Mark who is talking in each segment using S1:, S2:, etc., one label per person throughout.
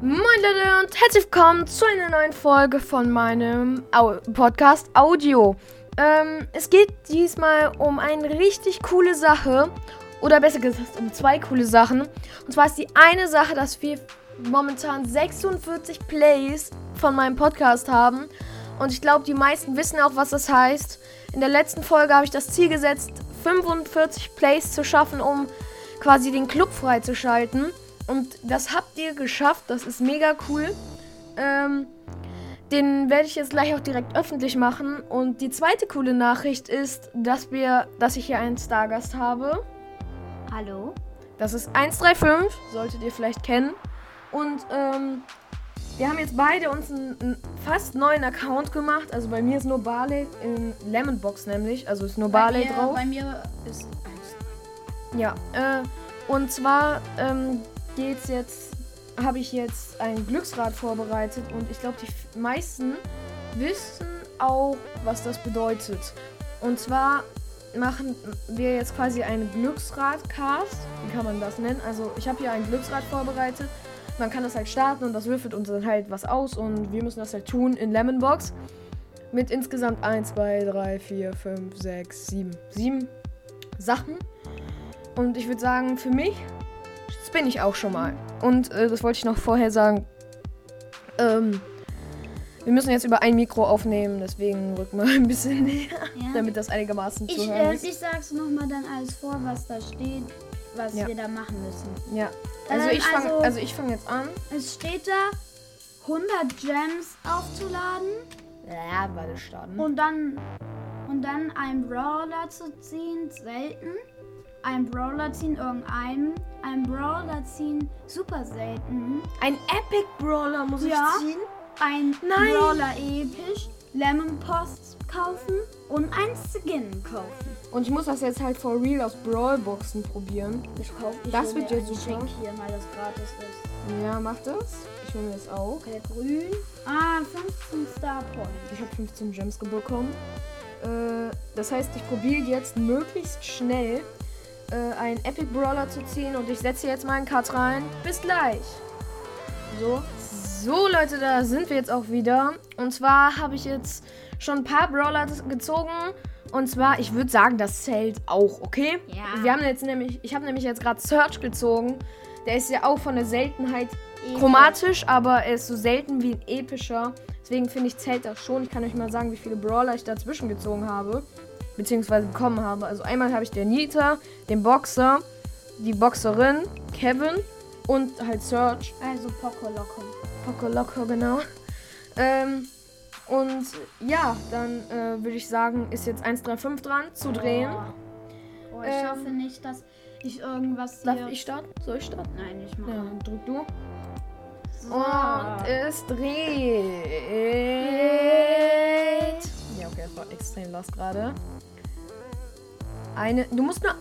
S1: Moin Leute und herzlich willkommen zu einer neuen Folge von meinem Au Podcast Audio. Ähm, es geht diesmal um eine richtig coole Sache oder besser gesagt um zwei coole Sachen. Und zwar ist die eine Sache, dass wir momentan 46 Plays von meinem Podcast haben. Und ich glaube, die meisten wissen auch, was das heißt. In der letzten Folge habe ich das Ziel gesetzt, 45 Plays zu schaffen, um quasi den Club freizuschalten. Und das habt ihr geschafft. Das ist mega cool. Ähm, den werde ich jetzt gleich auch direkt öffentlich machen. Und die zweite coole Nachricht ist, dass wir, dass ich hier einen Stargast habe.
S2: Hallo?
S1: Das ist 135, solltet ihr vielleicht kennen. Und ähm, wir haben jetzt beide uns einen, einen fast neuen Account gemacht. Also bei mir ist nur Barley in Lemonbox nämlich. Also ist nur Barley
S2: bei mir,
S1: drauf.
S2: Bei mir ist eins.
S1: Ja, äh, und zwar ähm, geht's jetzt, habe ich jetzt ein Glücksrad vorbereitet und ich glaube, die f- meisten wissen auch, was das bedeutet. Und zwar machen wir jetzt quasi einen Glücksrad-Cast, wie kann man das nennen? Also ich habe hier ein Glücksrad vorbereitet. Man kann das halt starten und das würfelt uns dann halt was aus und wir müssen das halt tun in Lemonbox. Mit insgesamt 1, 2, 3, 4, 5, 6, 7. 7 Sachen. Und ich würde sagen, für mich spinne ich auch schon mal. Und äh, das wollte ich noch vorher sagen. Ähm, wir müssen jetzt über ein Mikro aufnehmen, deswegen rück mal ein bisschen näher, damit das einigermaßen zu
S2: ich,
S1: hören
S2: äh,
S1: ist.
S2: ich sag's nochmal dann alles vor, was da steht, was
S1: Ja.
S2: wir da machen müssen.
S1: Ja. Also
S2: Ähm,
S1: ich fange
S2: also-
S1: also ich fang jetzt an.
S2: Es steht da, 100 Gems aufzuladen
S1: Ja, weil es starten.
S2: und dann und dann einen Brawler zu ziehen, selten. Einen Brawler ziehen, irgendeinen. Einen Brawler ziehen, super selten.
S1: Ein Epic Brawler muss
S2: Ja.
S1: ich ziehen.
S2: Ein
S1: Nein.
S2: Brawler episch, Lemon Post kaufen und ein Skin kaufen.
S1: Und ich muss das jetzt halt for real aus Brawlboxen probieren.
S2: Ich kaufe ich
S1: Das
S2: hol
S1: wird
S2: mir
S1: ja
S2: ein
S1: super.
S2: Geschenk hier, weil das gratis ist.
S1: Ja, mach das. Ich hole mir das auch.
S2: Okay, grün. Ah, 15 Star Point.
S1: Ich habe 15 Gems bekommen. Äh, das heißt, ich probiere jetzt möglichst schnell äh, einen Epic Brawler zu ziehen und ich setze jetzt meinen Cut rein. Bis gleich. So. So, Leute, da sind wir jetzt auch wieder. Und zwar habe ich jetzt schon ein paar Brawler z- gezogen. Und zwar, ich würde sagen, das zählt auch, okay?
S2: Ja.
S1: Wir haben jetzt nämlich, ich habe nämlich jetzt gerade Search gezogen. Der ist ja auch von der Seltenheit chromatisch, aber er ist so selten wie ein epischer. Deswegen finde ich, zählt das schon. Ich kann euch mal sagen, wie viele Brawler ich dazwischen gezogen habe. Beziehungsweise bekommen habe. Also einmal habe ich den Nita, den Boxer, die Boxerin, Kevin und halt Serge.
S2: Also Poco Loco.
S1: Poco Loco, genau. Ähm, und ja, dann äh, würde ich sagen, ist jetzt 1,35 dran zu drehen.
S2: Oh, ich
S1: Ähm,
S2: hoffe nicht, dass ich irgendwas hier...
S1: Darf ich starten? Soll ich starten?
S2: Nein, ich mache.
S1: Ja, dann drück du.
S2: So. Ah.
S1: Und äh, es dreht. Ja, okay, das war extrem los gerade. Eine. Du musst nur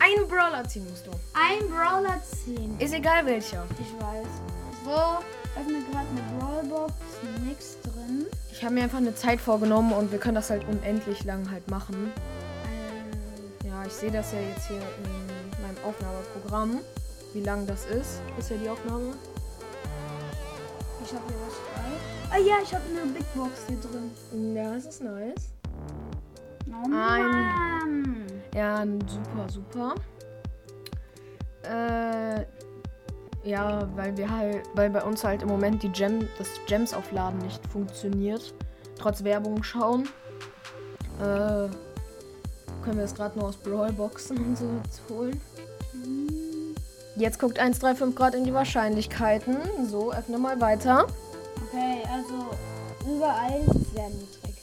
S1: einen Brawler ziehen, musst du.
S2: Ein Brawler ziehen.
S1: Ist egal welcher.
S2: Ich weiß. So, öffne gerade eine Brawlbox. Nix drin.
S1: Ich habe mir einfach eine Zeit vorgenommen und wir können das halt unendlich lang halt machen.
S2: Ähm,
S1: Ja, ich sehe das ja jetzt hier in meinem Aufnahmeprogramm, wie lang das ist. Ist ja die Aufnahme.
S2: ich habe hier was frei. Ah ja, ich habe eine Big Box hier drin.
S1: Ja, es ist nice.
S2: Oh Mann.
S1: Ja, n- super, super. Äh, ja, weil wir halt, weil bei uns halt im Moment die Gem, das Gems aufladen nicht funktioniert. Trotz Werbung schauen. Äh, können wir das gerade nur aus Brawlboxen und so holen. Jetzt guckt 135 Grad in die Wahrscheinlichkeiten. So, öffne mal weiter.
S2: Okay, also überall ist sehr niedrig.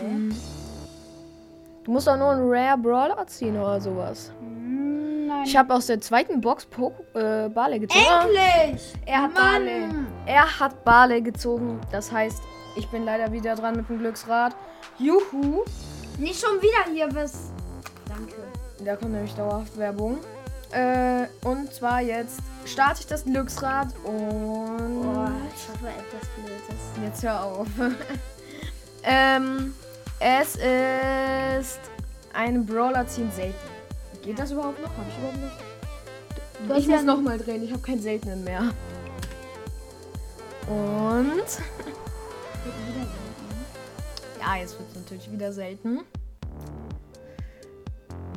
S2: Hm. Okay.
S1: Du musst doch nur einen Rare Brawler ziehen oder sowas.
S2: Mm, Nein.
S1: Ich habe aus der zweiten Box po äh, Barley gezogen. Ah.
S2: Endlich!
S1: Er hat Barley. Er hat Barley gezogen. Das heißt, ich bin leider wieder dran mit dem Glücksrad. Juhu.
S2: Nicht schon wieder hier bist. Danke.
S1: Da kommt nämlich dauerhaft Werbung. Äh, und zwar jetzt starte ich das Glücksrad und.
S2: ich hoffe etwas Blödes.
S1: Jetzt hör auf. ähm, es ist ein Brawler ziehen selten. Geht das überhaupt noch? Habe ich überhaupt noch?
S2: Du hast
S1: Ich
S2: ja
S1: muss
S2: noch-
S1: nochmal drehen. Ich habe keinen seltenen mehr. Und.
S2: Wird wieder selten.
S1: Ja, jetzt wird es natürlich wieder selten.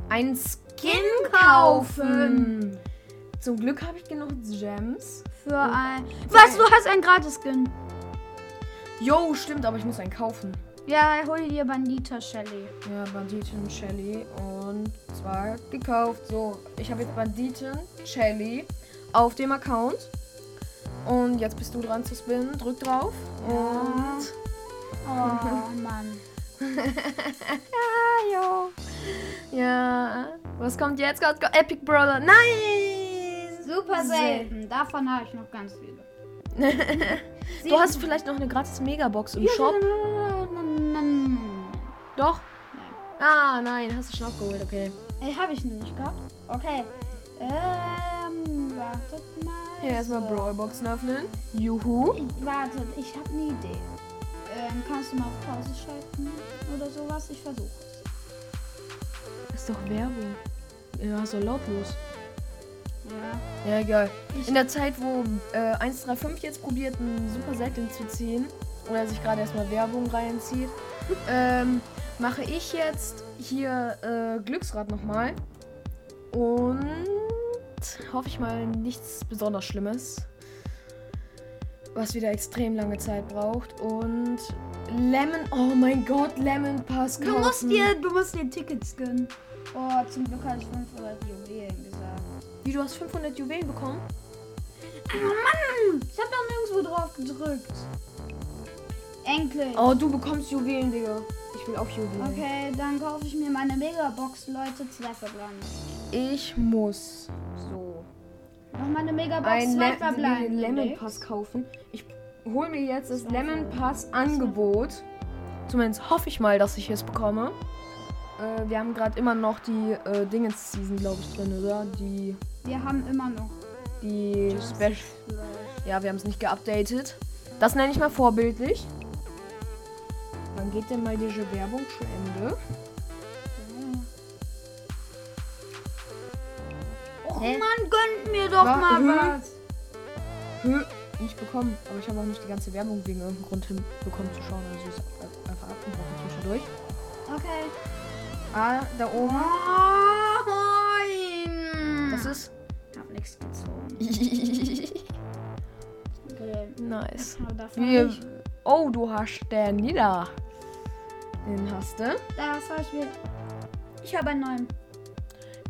S1: Ein Skin kaufen.
S2: kaufen.
S1: Zum Glück habe ich genug Gems.
S2: Für ein. Was? Du hast einen Gratis-Skin.
S1: Jo, stimmt, aber ich muss einen kaufen.
S2: Ja, hol dir Bandita Shelly.
S1: Ja, Banditen, Shelly und zwar gekauft. So, ich habe jetzt Banditen, Shelly auf dem Account. Und jetzt bist du dran zu spinnen. Drück drauf. Und.
S2: Oh Mann.
S1: Ja, jo. Ja. Was kommt jetzt? Kommt, kommt Epic Brawler. Nein!
S2: Super selten. Davon habe ich noch ganz viele.
S1: Du hast vielleicht noch eine gratis Megabox im Shop. Doch. Ah, nein, hast du schon abgeholt, okay.
S2: Ey, habe ich noch nicht gehabt. Okay. Ähm, wartet mal.
S1: Hier erstmal
S2: So.
S1: Brawlboxen öffnen. Juhu.
S2: Ich, wartet, ich habe eine Idee. Ähm, kannst du mal auf Pause schalten oder sowas? Ich versuche es.
S1: Ist doch Werbung. Ja, ist doch lautlos.
S2: Ja.
S1: Ja, egal.
S2: Ich-
S1: In der Zeit, wo äh, 135 jetzt probiert, einen super Sättel zu ziehen, oder sich gerade erstmal Werbung reinzieht, ähm, mache ich jetzt hier äh, Glücksrad nochmal. Und hoffe ich mal nichts besonders Schlimmes. Was wieder extrem lange Zeit braucht. Und Lemon, oh mein Gott, Lemon Pass
S2: Du
S1: kaufen.
S2: musst dir, du musst dir Tickets gönnen. Oh, zum Glück habe ich 500 Juwelen gesagt.
S1: Wie, du hast 500 Juwelen bekommen?
S2: Ich habe doch nirgendwo drauf gedrückt. Endlich.
S1: Oh, du bekommst Juwelen, Digga. Ich will auch Juwelen.
S2: Okay, dann kaufe ich mir meine Megabox, Leute. Zwei verbleiben.
S1: Ich muss so
S2: Nochmal eine Megabox,
S1: ein
S2: zwei
S1: Le
S2: verbleiben.
S1: Lemon Pass kaufen. Ich hole mir jetzt das Lemon Pass Angebot. Zumindest hoffe ich mal, dass ich es bekomme. Äh, wir haben gerade immer noch die äh, Dingens Season, glaube ich, drin, oder? Die,
S2: Wir haben immer noch.
S1: die Special.
S2: Jurassic World.
S1: Ja, wir haben es nicht geupdatet. Das nenne ich mal vorbildlich. Wann geht denn mal diese Werbung zu Ende?
S2: Oh
S1: Hä?
S2: Mann, gönnt mir doch
S1: Wa-
S2: mal
S1: Mhm.
S2: was.
S1: Hm, nicht bekommen, aber ich habe auch nicht die ganze Werbung wegen irgendeinem Grund hinbekommen zu schauen. Also ist ab- einfach abgebrochen zwischendurch.
S2: Okay.
S1: Ah, da oben.
S2: Moin.
S1: Das ist.
S2: Ich hab nichts gezogen. Okay.
S1: nice.
S2: Aber davon
S1: Wir,
S2: nicht.
S1: oh, du hast den nieder. Den hast du.
S2: Das habe ich mir. Ich habe einen neuen.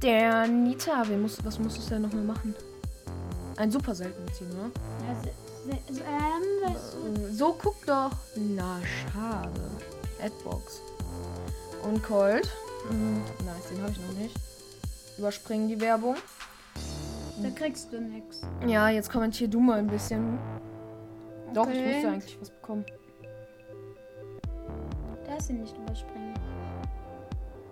S1: Der Nita, wen musst, was musstest du denn nochmal machen? Ein super selten ziehen, ne?
S2: Ja, se- se- se- ähm, das-
S1: So, guck doch. Na, schade. Adbox. Und Cold. Mhm. Nice, den habe ich noch nicht. Überspringen die Werbung.
S2: Da kriegst du nichts.
S1: Ja, jetzt kommentier du mal ein bisschen. Doch, ich
S2: Okay.
S1: musste eigentlich was bekommen.
S2: Darf sie nicht überspringen.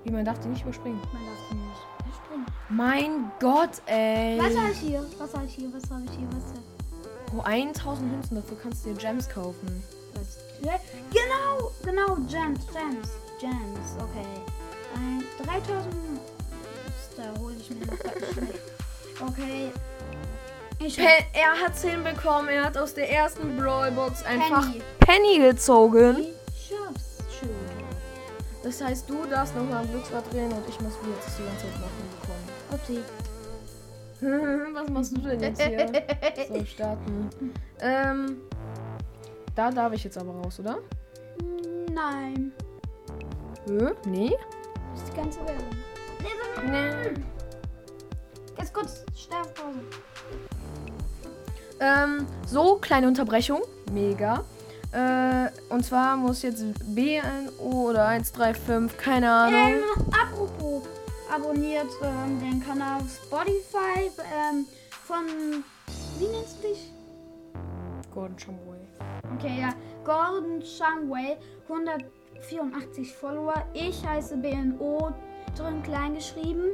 S1: Wie man darf die nicht überspringen.
S2: Man darf sie nicht überspringen.
S1: Mein Gott, ey.
S2: Was habe ich hier? Was habe ich hier? Was habe ich hier? Was hab
S1: Oh, 1000 Münzen, dafür kannst du dir Gems kaufen.
S2: Was? Genau, genau, Gems, Gems, Gems, okay. Ein 3000, da hole ich mir noch ganz schnell. Okay. Ich hab
S1: Pe er hat's hinbekommen, er hat aus der ersten Brawlbox einfach
S2: Penny.
S1: Penny gezogen.
S2: die Shops
S1: Das heißt, du darfst nochmal am Glücksrad drehen und ich muss mir jetzt die ganze Zeit noch
S2: Okay.
S1: hinbekommen. was machst du denn jetzt hier? so, starten. Ähm, da darf ich jetzt aber raus, oder?
S2: Nein.
S1: Hö? Nee?
S2: Das ist die ganze Werbung.
S1: Nee.
S2: Jetzt kurz Schlafpause.
S1: Ähm, so, kleine Unterbrechung. Mega. Äh, und zwar muss jetzt BNO oder 135, keine
S2: Ähm,
S1: Ahnung.
S2: apropos, abonniert ähm, den Kanal auf Spotify ähm, von, wie nennst du dich?
S1: Gordon Shumway.
S2: Okay, ja. Gordon Shumway, 184 Follower. Ich heiße BNO, drin klein geschrieben.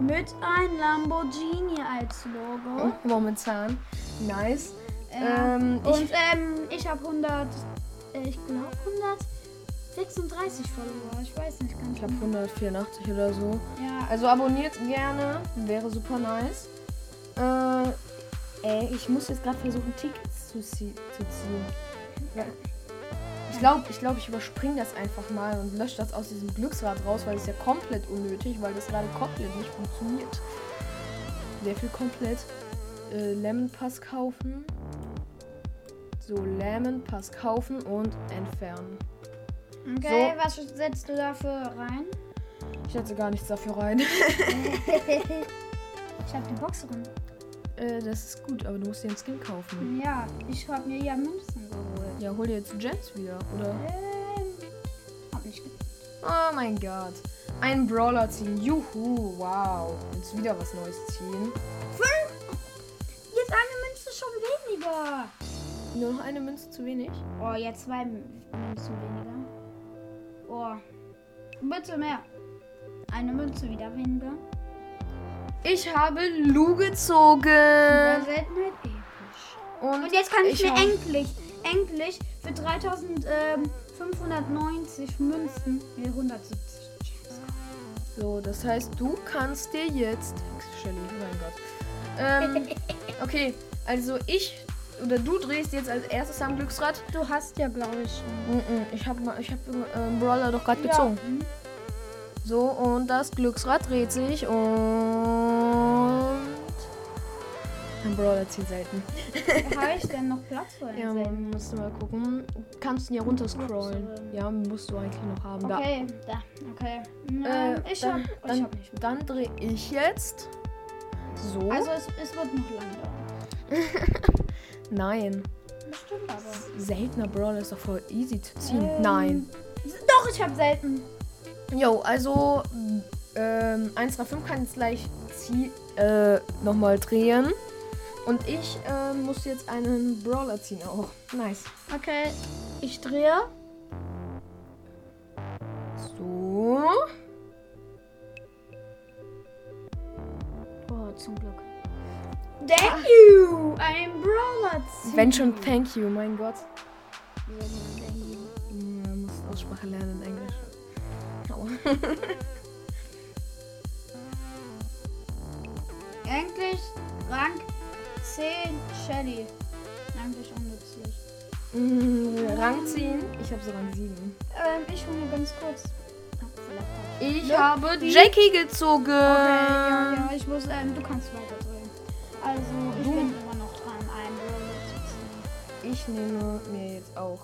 S2: Mit ein Lamborghini als Logo.
S1: Momentan. Nice.
S2: Ja.
S1: Ähm, ich,
S2: Und ähm, ich habe 100, äh, ich glaube 136 Follower. Ich weiß nicht ganz genau.
S1: ich habe 184 oder so.
S2: Ja,
S1: Also abonniert gerne, wäre super nice. Äh, Ey, ich muss jetzt gerade versuchen, Tickets zu, zie- zu ziehen. Weil- Ich glaube, ich, glaub, ich überspringe das einfach mal und lösche das aus diesem Glücksrad raus, weil es ja komplett unnötig, weil das gerade komplett nicht funktioniert. Sehr viel komplett. Äh, Lemon Pass kaufen. So, Lemon Pass kaufen und entfernen. also
S2: Okay, was setzt du dafür rein?
S1: Ich setze gar nichts dafür rein.
S2: ich hab die Box drin.
S1: äh, das ist gut, aber du musst dir einen Skin kaufen.
S2: Ja, ich hab mir ja Münzen geholt.
S1: Ja, hol dir jetzt Gems wieder, oder?
S2: Ähm, hab nicht ge-
S1: Oh mein Gott. Ein Brawler ziehen. Juhu, wow. Jetzt wieder was Neues ziehen.
S2: Jetzt eine Münze schon weniger.
S1: Nur noch eine Münze zu wenig.
S2: Oh, jetzt zwei Münzen weniger. Oh. Bitte mehr. Eine Münze wieder weniger.
S1: Ich habe Lu gezogen.
S2: Der Seltenheit episch.
S1: Und,
S2: Und jetzt kann ich, mir
S1: hab-
S2: endlich, endlich für 3590 Münzen mir 170 Gems kaufen.
S1: So, das heißt, du kannst dir jetzt. Shelly, oh mein Gott. Ähm, okay, also ich. Oder du drehst jetzt als erstes am Glücksrad.
S2: Du hast ja, glaube ich, schon.
S1: Mhm, Ich habe ich hab, ähm, Brawler doch gerade
S2: Ja. hm.
S1: gezogen. So, und das Glücksrad dreht sich und. Ein Brawler zieht selten.
S2: Habe ich denn noch Platz für einen
S1: Ja,
S2: seltenen?
S1: musst du mal gucken. Kannst du ja runterscrollen. Ja, musst du eigentlich noch haben. Da.
S2: Okay, da, okay. Ähm,
S1: Äh,
S2: ich hab,
S1: dann,
S2: ich
S1: dann,
S2: hab nicht.
S1: dann drehe ich jetzt. So.
S2: Also es, es wird noch lange dauern.
S1: Nein.
S2: Bestimmt aber.
S1: Seltener Brawler ist doch voll easy zu ziehen.
S2: Ähm,
S1: Nein.
S2: Doch, ich hab selten.
S1: Jo, also. Ähm, 135 kann jetzt gleich zieh, äh, nochmal drehen. Und ich äh, muss jetzt einen Brawler ziehen auch. Nice.
S2: Okay, ich drehe.
S1: So.
S2: Oh, zum Glück. Thank you! Ein Brawler
S1: Wenn schon, thank you, mein Gott.
S2: Wenn
S1: Ja, muss Aussprache lernen in Englisch. Au.
S2: Endlich Rang 10 Shelly. Eigentlich unnützlich.
S1: Mhm, Rang ziehen. Ich habe so Rang 7.
S2: Ähm, ich hole mir ganz kurz. Ach, vielleicht hab
S1: Ich
S2: Ja,
S1: habe
S2: die-
S1: Jackie gezogen.
S2: Okay, ja, ja, ich muss, ähm, du kannst weiter drehen. Also, ich
S1: Du-
S2: bin immer noch dran, einen Brawler zu ziehen.
S1: Ich nehme mir jetzt auch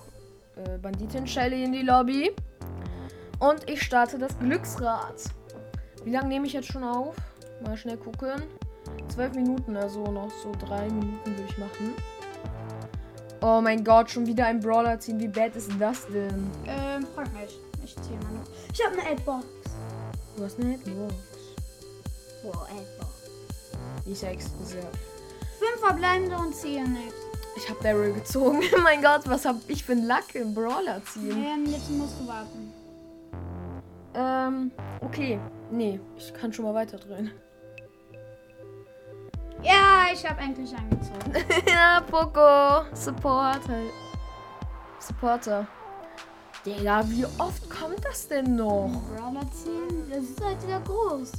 S1: äh, Banditin Shelly in die Lobby. Und ich starte das Glücksrad. Wie lange nehme ich jetzt schon auf? Mal schnell gucken. Zwölf Minuten, also noch so drei Minuten würde ich machen. Oh mein Gott, schon wieder ein Brawler ziehen. Wie bad ist das denn?
S2: Ähm, frag mich. Ich ziehe mal noch. Ich habe eine Adbox.
S1: Du hast eine Headbox.
S2: Wow, Adbox.
S1: Die sechs ist ja
S2: Fünf verbleibende und ziehe nichts.
S1: Ich habe Daryl gezogen. mein Gott, was hab ich für einen Lack im Brawler ziehen?
S2: Ähm, jetzt musst du warten.
S1: Ähm, okay. Nee, ich kann schon mal weiter drehen.
S2: Ja, ich habe endlich angezogen.
S1: ja, Poco. Support halt. Supporter. Digga, wie oft kommt das denn noch?
S2: Oh, Brawler ziehen, das ist halt wieder groß.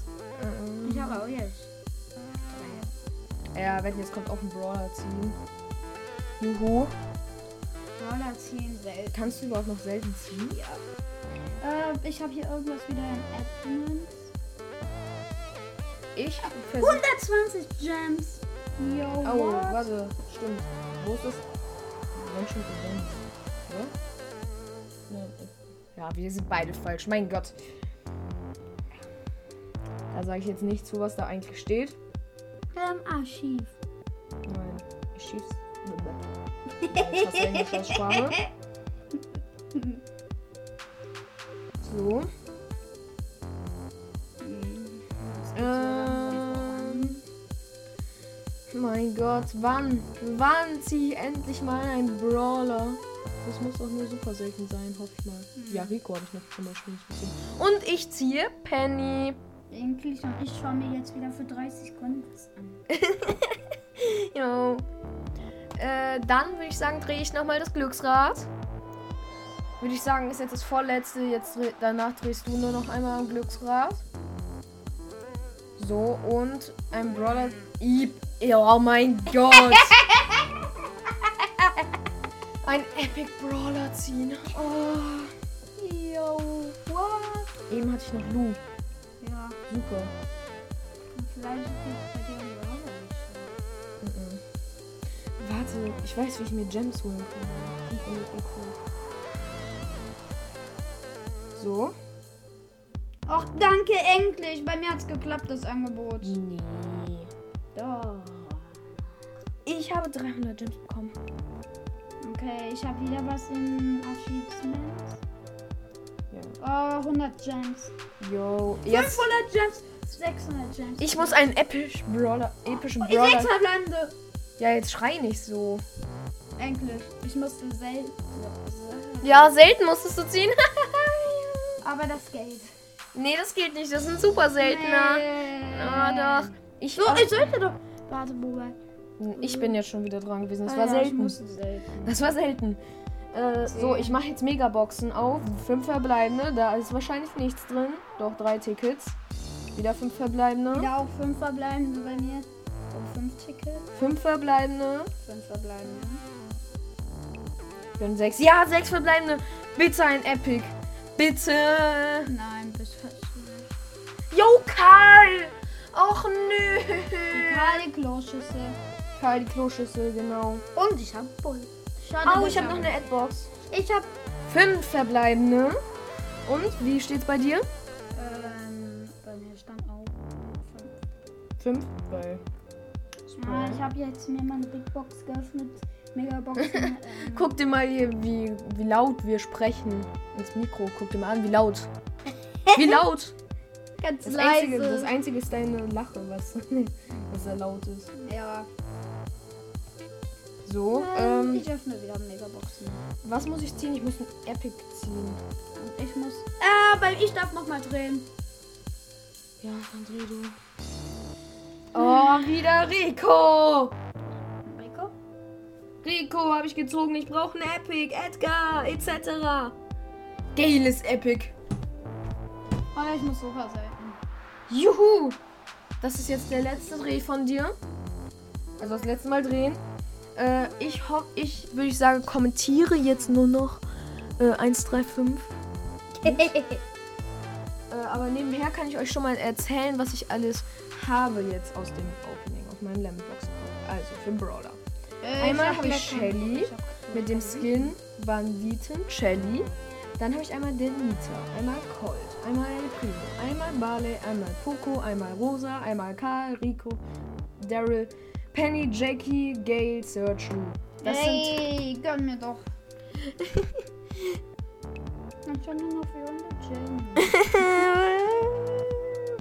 S1: Ähm,
S2: habe auch jetzt.
S1: ja, wenn jetzt kommt auch ein Brawler ziehen. Juhu.
S2: Brawler ziehen selten.
S1: Kannst du überhaupt noch selten ziehen?
S2: Äh, ich habe hier irgendwas wieder in Admins.
S1: Ich versuche.
S2: 120 Gems. Yo,
S1: Oh,
S2: what?
S1: warte. Stimmt. Wo ist das? Menschen Event. Ja? Nein, äh, Ja, wir sind beide falsch. Mein Gott. Da sage ich jetzt nicht zu, was da eigentlich steht.
S2: Ähm, Archiv.
S1: Nein, ich schieß. Ich hasse englische Sprache. So. Ähm, mein Gott, wann? Wann ziehe ich endlich mal einen Brawler? Das muss doch nur super selten sein, hoffe ich mal. Ja, Rico habe ich noch zum Beispiel nicht gesehen. Und ich ziehe Penny.
S2: Eigentlich, und ich schaue mir jetzt wieder für 30 Sekunden was an.
S1: Jo. Äh, dann würde ich sagen, drehe ich nochmal das Glücksrad. Würde ich sagen, ist jetzt das vorletzte. Jetzt dreh, danach drehst du nur noch einmal am Glücksrad. So, und ein Brawler. Ip, Ja, oh mein Gott. Ein Epic Brawler ziehen. Oh.
S2: Yo, what?
S1: Eben hatte ich noch Lou.
S2: Ja,
S1: Super.
S2: und vielleicht ist es bei dir in der Rolle nicht so.
S1: Mhm. Warte, ich weiß, wie ich mir Gems holen kann. Die finde ich eh cool. So.
S2: Ach, danke, endlich. Bei mir hat's geklappt, das Angebot.
S1: Nee.
S2: Doch.
S1: Ich habe 300 Gems bekommen.
S2: Okay, ich habe wieder was im Achievement.
S1: Ja.
S2: Oh, 100 Gems.
S1: Yo. Jetzt.
S2: 500 Gems. 600 Gems.
S1: Ich muss einen episch Brawler, epischen
S2: Oh, die
S1: Brawler.
S2: 600 Blende.
S1: Ja, jetzt schrei nicht so.
S2: Endlich. Ich musste selten.
S1: Ja, selten musstest du ziehen.
S2: Aber das Geld.
S1: nee, das geht nicht. Das sind super seltener.
S2: Nee.
S1: Ah, ne? doch. Ich,
S2: So, ich sollte doch. Warte, Boba.
S1: ich bin jetzt schon wieder dran gewesen. Das
S2: Ah
S1: war
S2: ja, Ich
S1: selten.
S2: musste selten.
S1: Das war selten. Äh, so, ich mache jetzt Megaboxen auf. Fünf verbleibende. Da ist wahrscheinlich nichts drin. Doch drei Tickets. Wieder fünf verbleibende.
S2: Wieder auch 5 verbleibende bei mir. Und 5 Tickets.
S1: Fünf verbleibende.
S2: 5 verbleibende.
S1: Dann sechs. Ja, sechs verbleibende. Bitte ein Epic. Bitte.
S2: Nein, bis verschwunden.
S1: Yo, Karl. Och nö.
S2: Gerade Kloschüsse.
S1: Karl, die Kloschüssel, genau.
S2: Und ich hab Bull. Schade,
S1: Au,
S2: dass
S1: ich habe noch eine Adbox.
S2: Ich hab.
S1: Fünf verbleibende. Und wie steht's bei dir?
S2: Ähm, bei mir stand auch. fünf.
S1: Fünf. Weil.
S2: Ja, Ah, ich habe jetzt mir mal eine Big Box geöffnet. Mega Box. ähm,
S1: Guck dir mal hier, wie, wie laut wir sprechen. Ins Mikro, guck dir mal an, wie laut. Wie laut!
S2: ganz
S1: Das
S2: leise.
S1: einzige, das einzige ist deine Lache, was, was sehr laut ist.
S2: ja.
S1: So,
S2: Ähm,
S1: ähm,
S2: ich öffne wieder Mega Boxen.
S1: was muss ich ziehen? Ich muss ein Epic ziehen.
S2: Und ich muss.
S1: Ah,
S2: Äh, weil ich darf nochmal drehen.
S1: Ja, dann dreh du. Oh, wieder Rico!
S2: Rico?
S1: Rico habe ich gezogen, ich brauche ein Epic, Edgar, etc. Gale ist Epic.
S2: Oh, ich muss super selten.
S1: Juhu! Das ist jetzt der letzte Dreh von dir. Also das letzte Mal drehen. Äh, ich hoffe, ich würde ich sagen, kommentiere jetzt nur noch äh, 135.
S2: Hm?
S1: Äh, aber nebenher kann ich euch schon mal erzählen, was ich alles habe jetzt aus dem Opening, aus meinem Lemon Box. Also für den Brawler. Einmal hab ich Shelly Mit dem Skin Banditen Shelly. Dann habe ich einmal Denita, einmal Colt, einmal El Primo, einmal Barley, einmal Poco, einmal Rosa, einmal Karl, Rico, Daryl, Penny, Jackie, Gail, Serge, Lou. Das sind
S2: Hey, gönn mir doch. Und schon nur noch 400 Gems.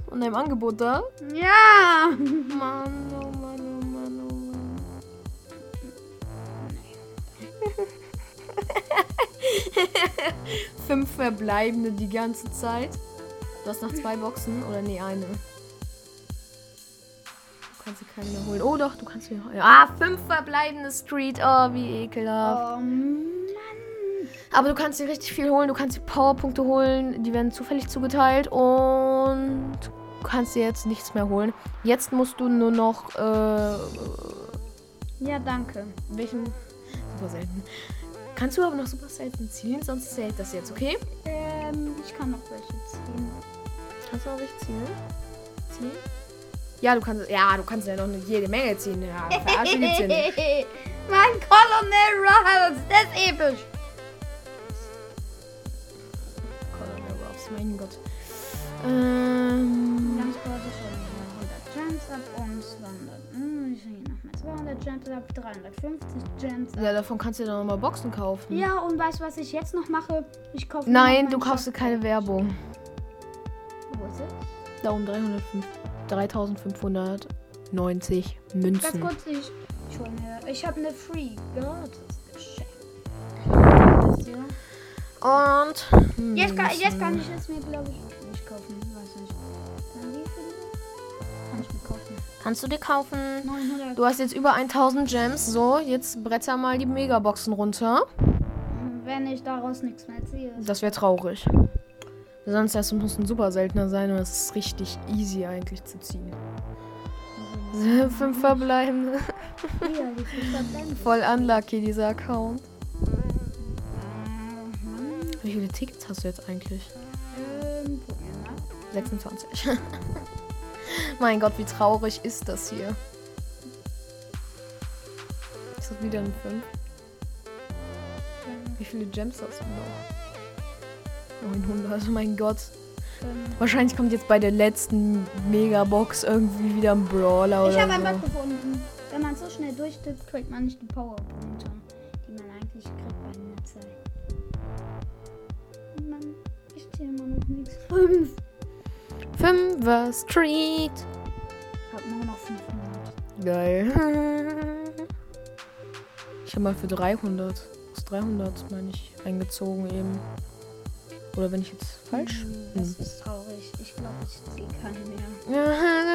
S1: und einem Angebot da.
S2: ja!
S1: Mann, oh Mann, oh Mann, oh Mann. Fünf verbleibende die ganze Zeit. Du hast noch zwei Boxen oder nee, eine. Du kannst dir keine mehr holen. Oh doch, du kannst mir. Ah, fünf verbleibende Street. Oh, wie ekelhaft.
S2: Oh Mann.
S1: Aber du kannst dir richtig viel holen. Du kannst dir Powerpunkte holen. Die werden zufällig zugeteilt. Und du kannst dir jetzt nichts mehr holen. Jetzt musst du nur noch äh,
S2: Ja, danke.
S1: Welchen? Super selten. Kannst du aber noch super selten ziehen, sonst zählt das jetzt, okay?
S2: Ähm, ich kann noch welche ziehen.
S1: Kannst du noch welche ziehen? Ziehen? Ja, du kannst, ja, du kannst ja noch eine, jede Menge ziehen. Ja, verarsche gibt's hier nicht.
S2: mein Colonel Ruffles, das ist episch.
S1: Colonel Ruffs, mein Gott. Ähm,
S2: Ganz bald ist schon wieder 100 Gems ab und 200. Hm, ich hänge nochmal 200 Gems ab, 350 Gems ab.
S1: ja, davon kannst du dir dann nochmal Boxen kaufen.
S2: Ja, und weißt du, was ich jetzt noch mache? Ich kaufe. mir
S1: Hm. Nein,
S2: noch
S1: du
S2: meinen
S1: kaufst dir
S2: Shop-
S1: keine Werbung.
S2: Wo ist es?
S1: Da um 305, 3590
S2: Ganz
S1: Münzen.
S2: kurz, ich. Ich, hol mir- ich habe eine Free gratis geschenkt.
S1: Und
S2: Jetzt kann, jetzt kann ich es mir, glaube ich, nicht kaufen. Weiß nicht. Dann wie viel? Kann ich mir kaufen.
S1: kannst du dir kaufen.
S2: 900.
S1: Du hast jetzt über 1000 Gems. So, jetzt bretter mal die Megaboxen runter.
S2: Wenn ich daraus nichts mehr ziehe.
S1: Das wäre traurig. Sonst das muss ein super seltener sein und es ist richtig easy eigentlich zu ziehen.
S2: Mhm.
S1: Fünf verbleibende.
S2: Ja, die sind verblendet.
S1: Voll unlucky, dieser Account.
S2: Mhm.
S1: Wie viele Tickets hast du jetzt eigentlich?
S2: Ähm, guck mir mal.
S1: 26. mein Gott, wie traurig ist das hier? Ist das wieder ein 5? Wie viele Gems hast du noch? 900, mein Gott.
S2: Ähm,
S1: Wahrscheinlich kommt jetzt bei der letzten Megabox irgendwie wieder ein Brawler
S2: Ich
S1: oder
S2: habe ein Bug
S1: so.
S2: gefunden. Wenn man so schnell durchtippt, kriegt man nicht die Powerpunkte, die man eigentlich kriegt bei einer Zeit. Und Man, ich zähle immer noch nichts. Fünf.
S1: Fünfer Street.
S2: Ich habe nur noch 500.
S1: Geil. Ich habe mal für 300, aus 300 meine ich, eingezogen eben. Oder wenn ich jetzt falsch
S2: Hm, Das ist traurig. Ich glaube, ich ziehe keine mehr.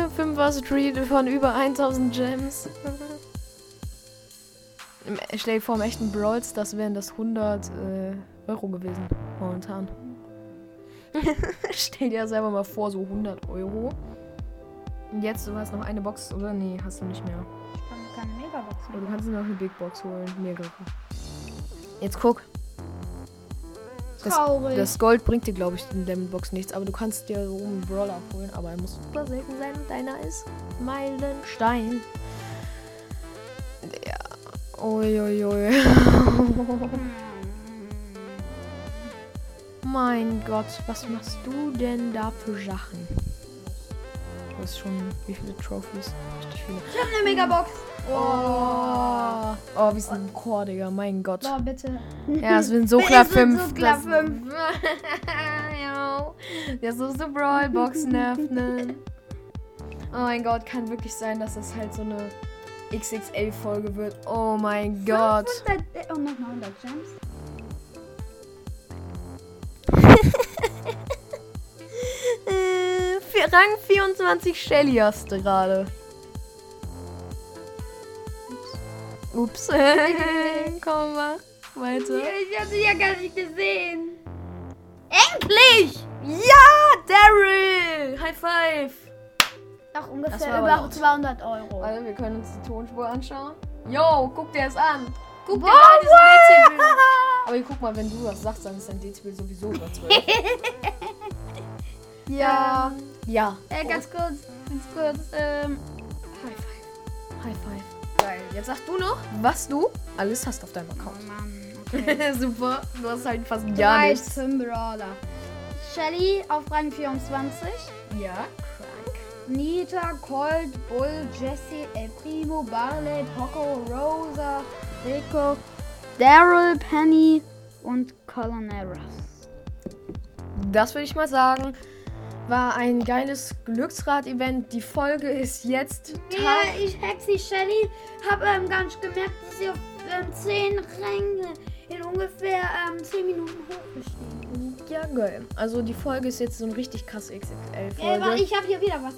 S1: Ja, 5er Street von über 1000 Gems. Im- Stell dir vor, im echten Brawls, das wären das 100 äh, Euro gewesen. Momentan. Stell dir selber mal vor, so 100 Euro. Und jetzt, du hast noch eine Box, oder? Nee, hast du nicht mehr.
S2: Ich kann mir keine Megabox
S1: Aber du
S2: machen.
S1: kannst dir noch eine Big Box holen. Mehrere. Jetzt guck. Das-
S2: Traurig.
S1: Das Gold bringt dir, glaube ich, in Lemon Box nichts, aber du kannst dir so einen Brawler abholen, aber er muss super selten sein und deiner ist Meilenstein. Ja. Uiuiui. mein Gott, was machst du denn da für Sachen? Das ist schon, wie viele Trophies? Richtig viele.
S2: ich habe eine Megabox.
S1: Oh, oh wie ist ein Chor, Digga, mein Gott.
S2: Boah, bitte.
S1: Ja, es sind so
S2: Es
S1: klar
S2: sind so
S1: 5.
S2: klar
S1: fünf. ja, das musst du Brawlboxen öffnen. Oh mein Gott, kann wirklich sein, dass das halt so eine XXL-Folge wird. Oh mein Gott.
S2: 500, oh, noch 900 Gems.
S1: Äh, vier- Rang 24 Shelly hast du gerade. Ups. Komm mal. Weiter.
S2: Ich habe sie ja gar nicht gesehen. Endlich!
S1: Ja, Daryl! High five!
S2: Noch
S1: Das
S2: ungefähr
S1: war
S2: über
S1: aber Äh, laut.
S2: 200 Euro.
S1: Warte, wir können uns die Tonspur anschauen. Yo, guck dir das an. Guck dir mal
S2: Wow,
S1: das Dezibel. Aber hier, guck mal, wenn du was sagst, dann ist dein Dezibel sowieso über 12.
S2: Ja.
S1: Ähm, ja.
S2: Äh, ganz kurz, ganz kurz. Ähm, High Five.
S1: High five. Geil. Jetzt sagst du noch, was du alles hast auf deinem Account.
S2: oh Mann, okay.
S1: Super. Du hast halt fast gar
S2: Drei
S1: nichts.
S2: Brawler. Shelly auf Rang 24.
S1: Ja, krank.
S2: Nita, Colt, Bull, Jesse, El Primo, Barley, Poco, Rosa, Rico, Daryl, Penny und Colonel Ruffs.
S1: Das würde ich mal sagen. War ein geiles Glücksrad-Event. Die Folge ist jetzt
S2: Ja, ich Hexi Shelly habe ähm, gar nicht gemerkt, dass sie auf ähm, 10 Ränge in ungefähr ähm, 10 Minuten hochgestiegen ist.
S1: Ja, geil. Also die Folge ist jetzt so ein richtig krass XXL-Folge.
S2: Ey, warte, Äh, ich habe hier wieder was.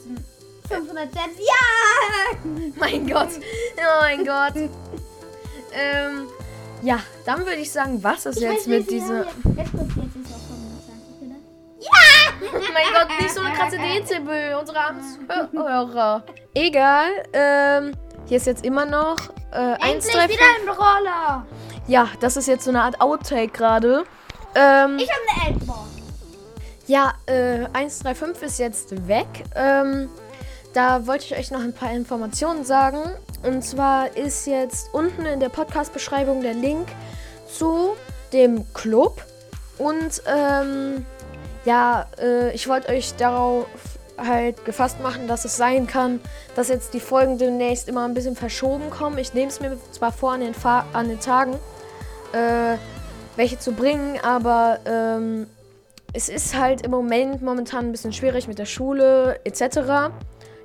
S2: 500 Gems. Ja!
S1: Mein Gott. Oh mein Gott. ähm, ja, dann würde ich sagen, was ist jetzt mit dieser.
S2: Jetzt kurz, jetzt ist auch 25, oder?
S1: Oh mein Gott, nicht so eine krasse Dezibel, unsere armen Zuhörer. Egal. Ähm, hier ist jetzt immer noch äh, eins,
S2: Endlich
S1: drei,
S2: wieder
S1: fünf-
S2: ein Roller.
S1: Ja, das ist jetzt so eine Art Outtake gerade. Ähm,
S2: Ich habe eine Elfbar.
S1: Ja, äh, 135 ist jetzt weg. Ähm, da wollte ich euch noch ein paar Informationen sagen. Und zwar ist jetzt unten in der Podcast-Beschreibung der Link zu dem Club. Und ähm, ja, äh, ich wollte euch darauf halt gefasst machen, dass es sein kann, dass jetzt die Folgen demnächst immer ein bisschen verschoben kommen. Ich nehme es mir zwar vor an den, Fa an den Tagen, äh, welche zu bringen, aber ähm, es ist halt im Moment momentan ein bisschen schwierig mit der Schule etc.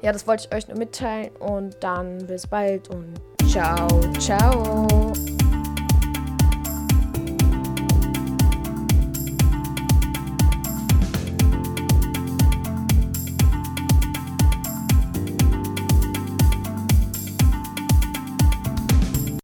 S1: Ja, das wollte ich euch nur mitteilen und dann bis bald und ciao, ciao.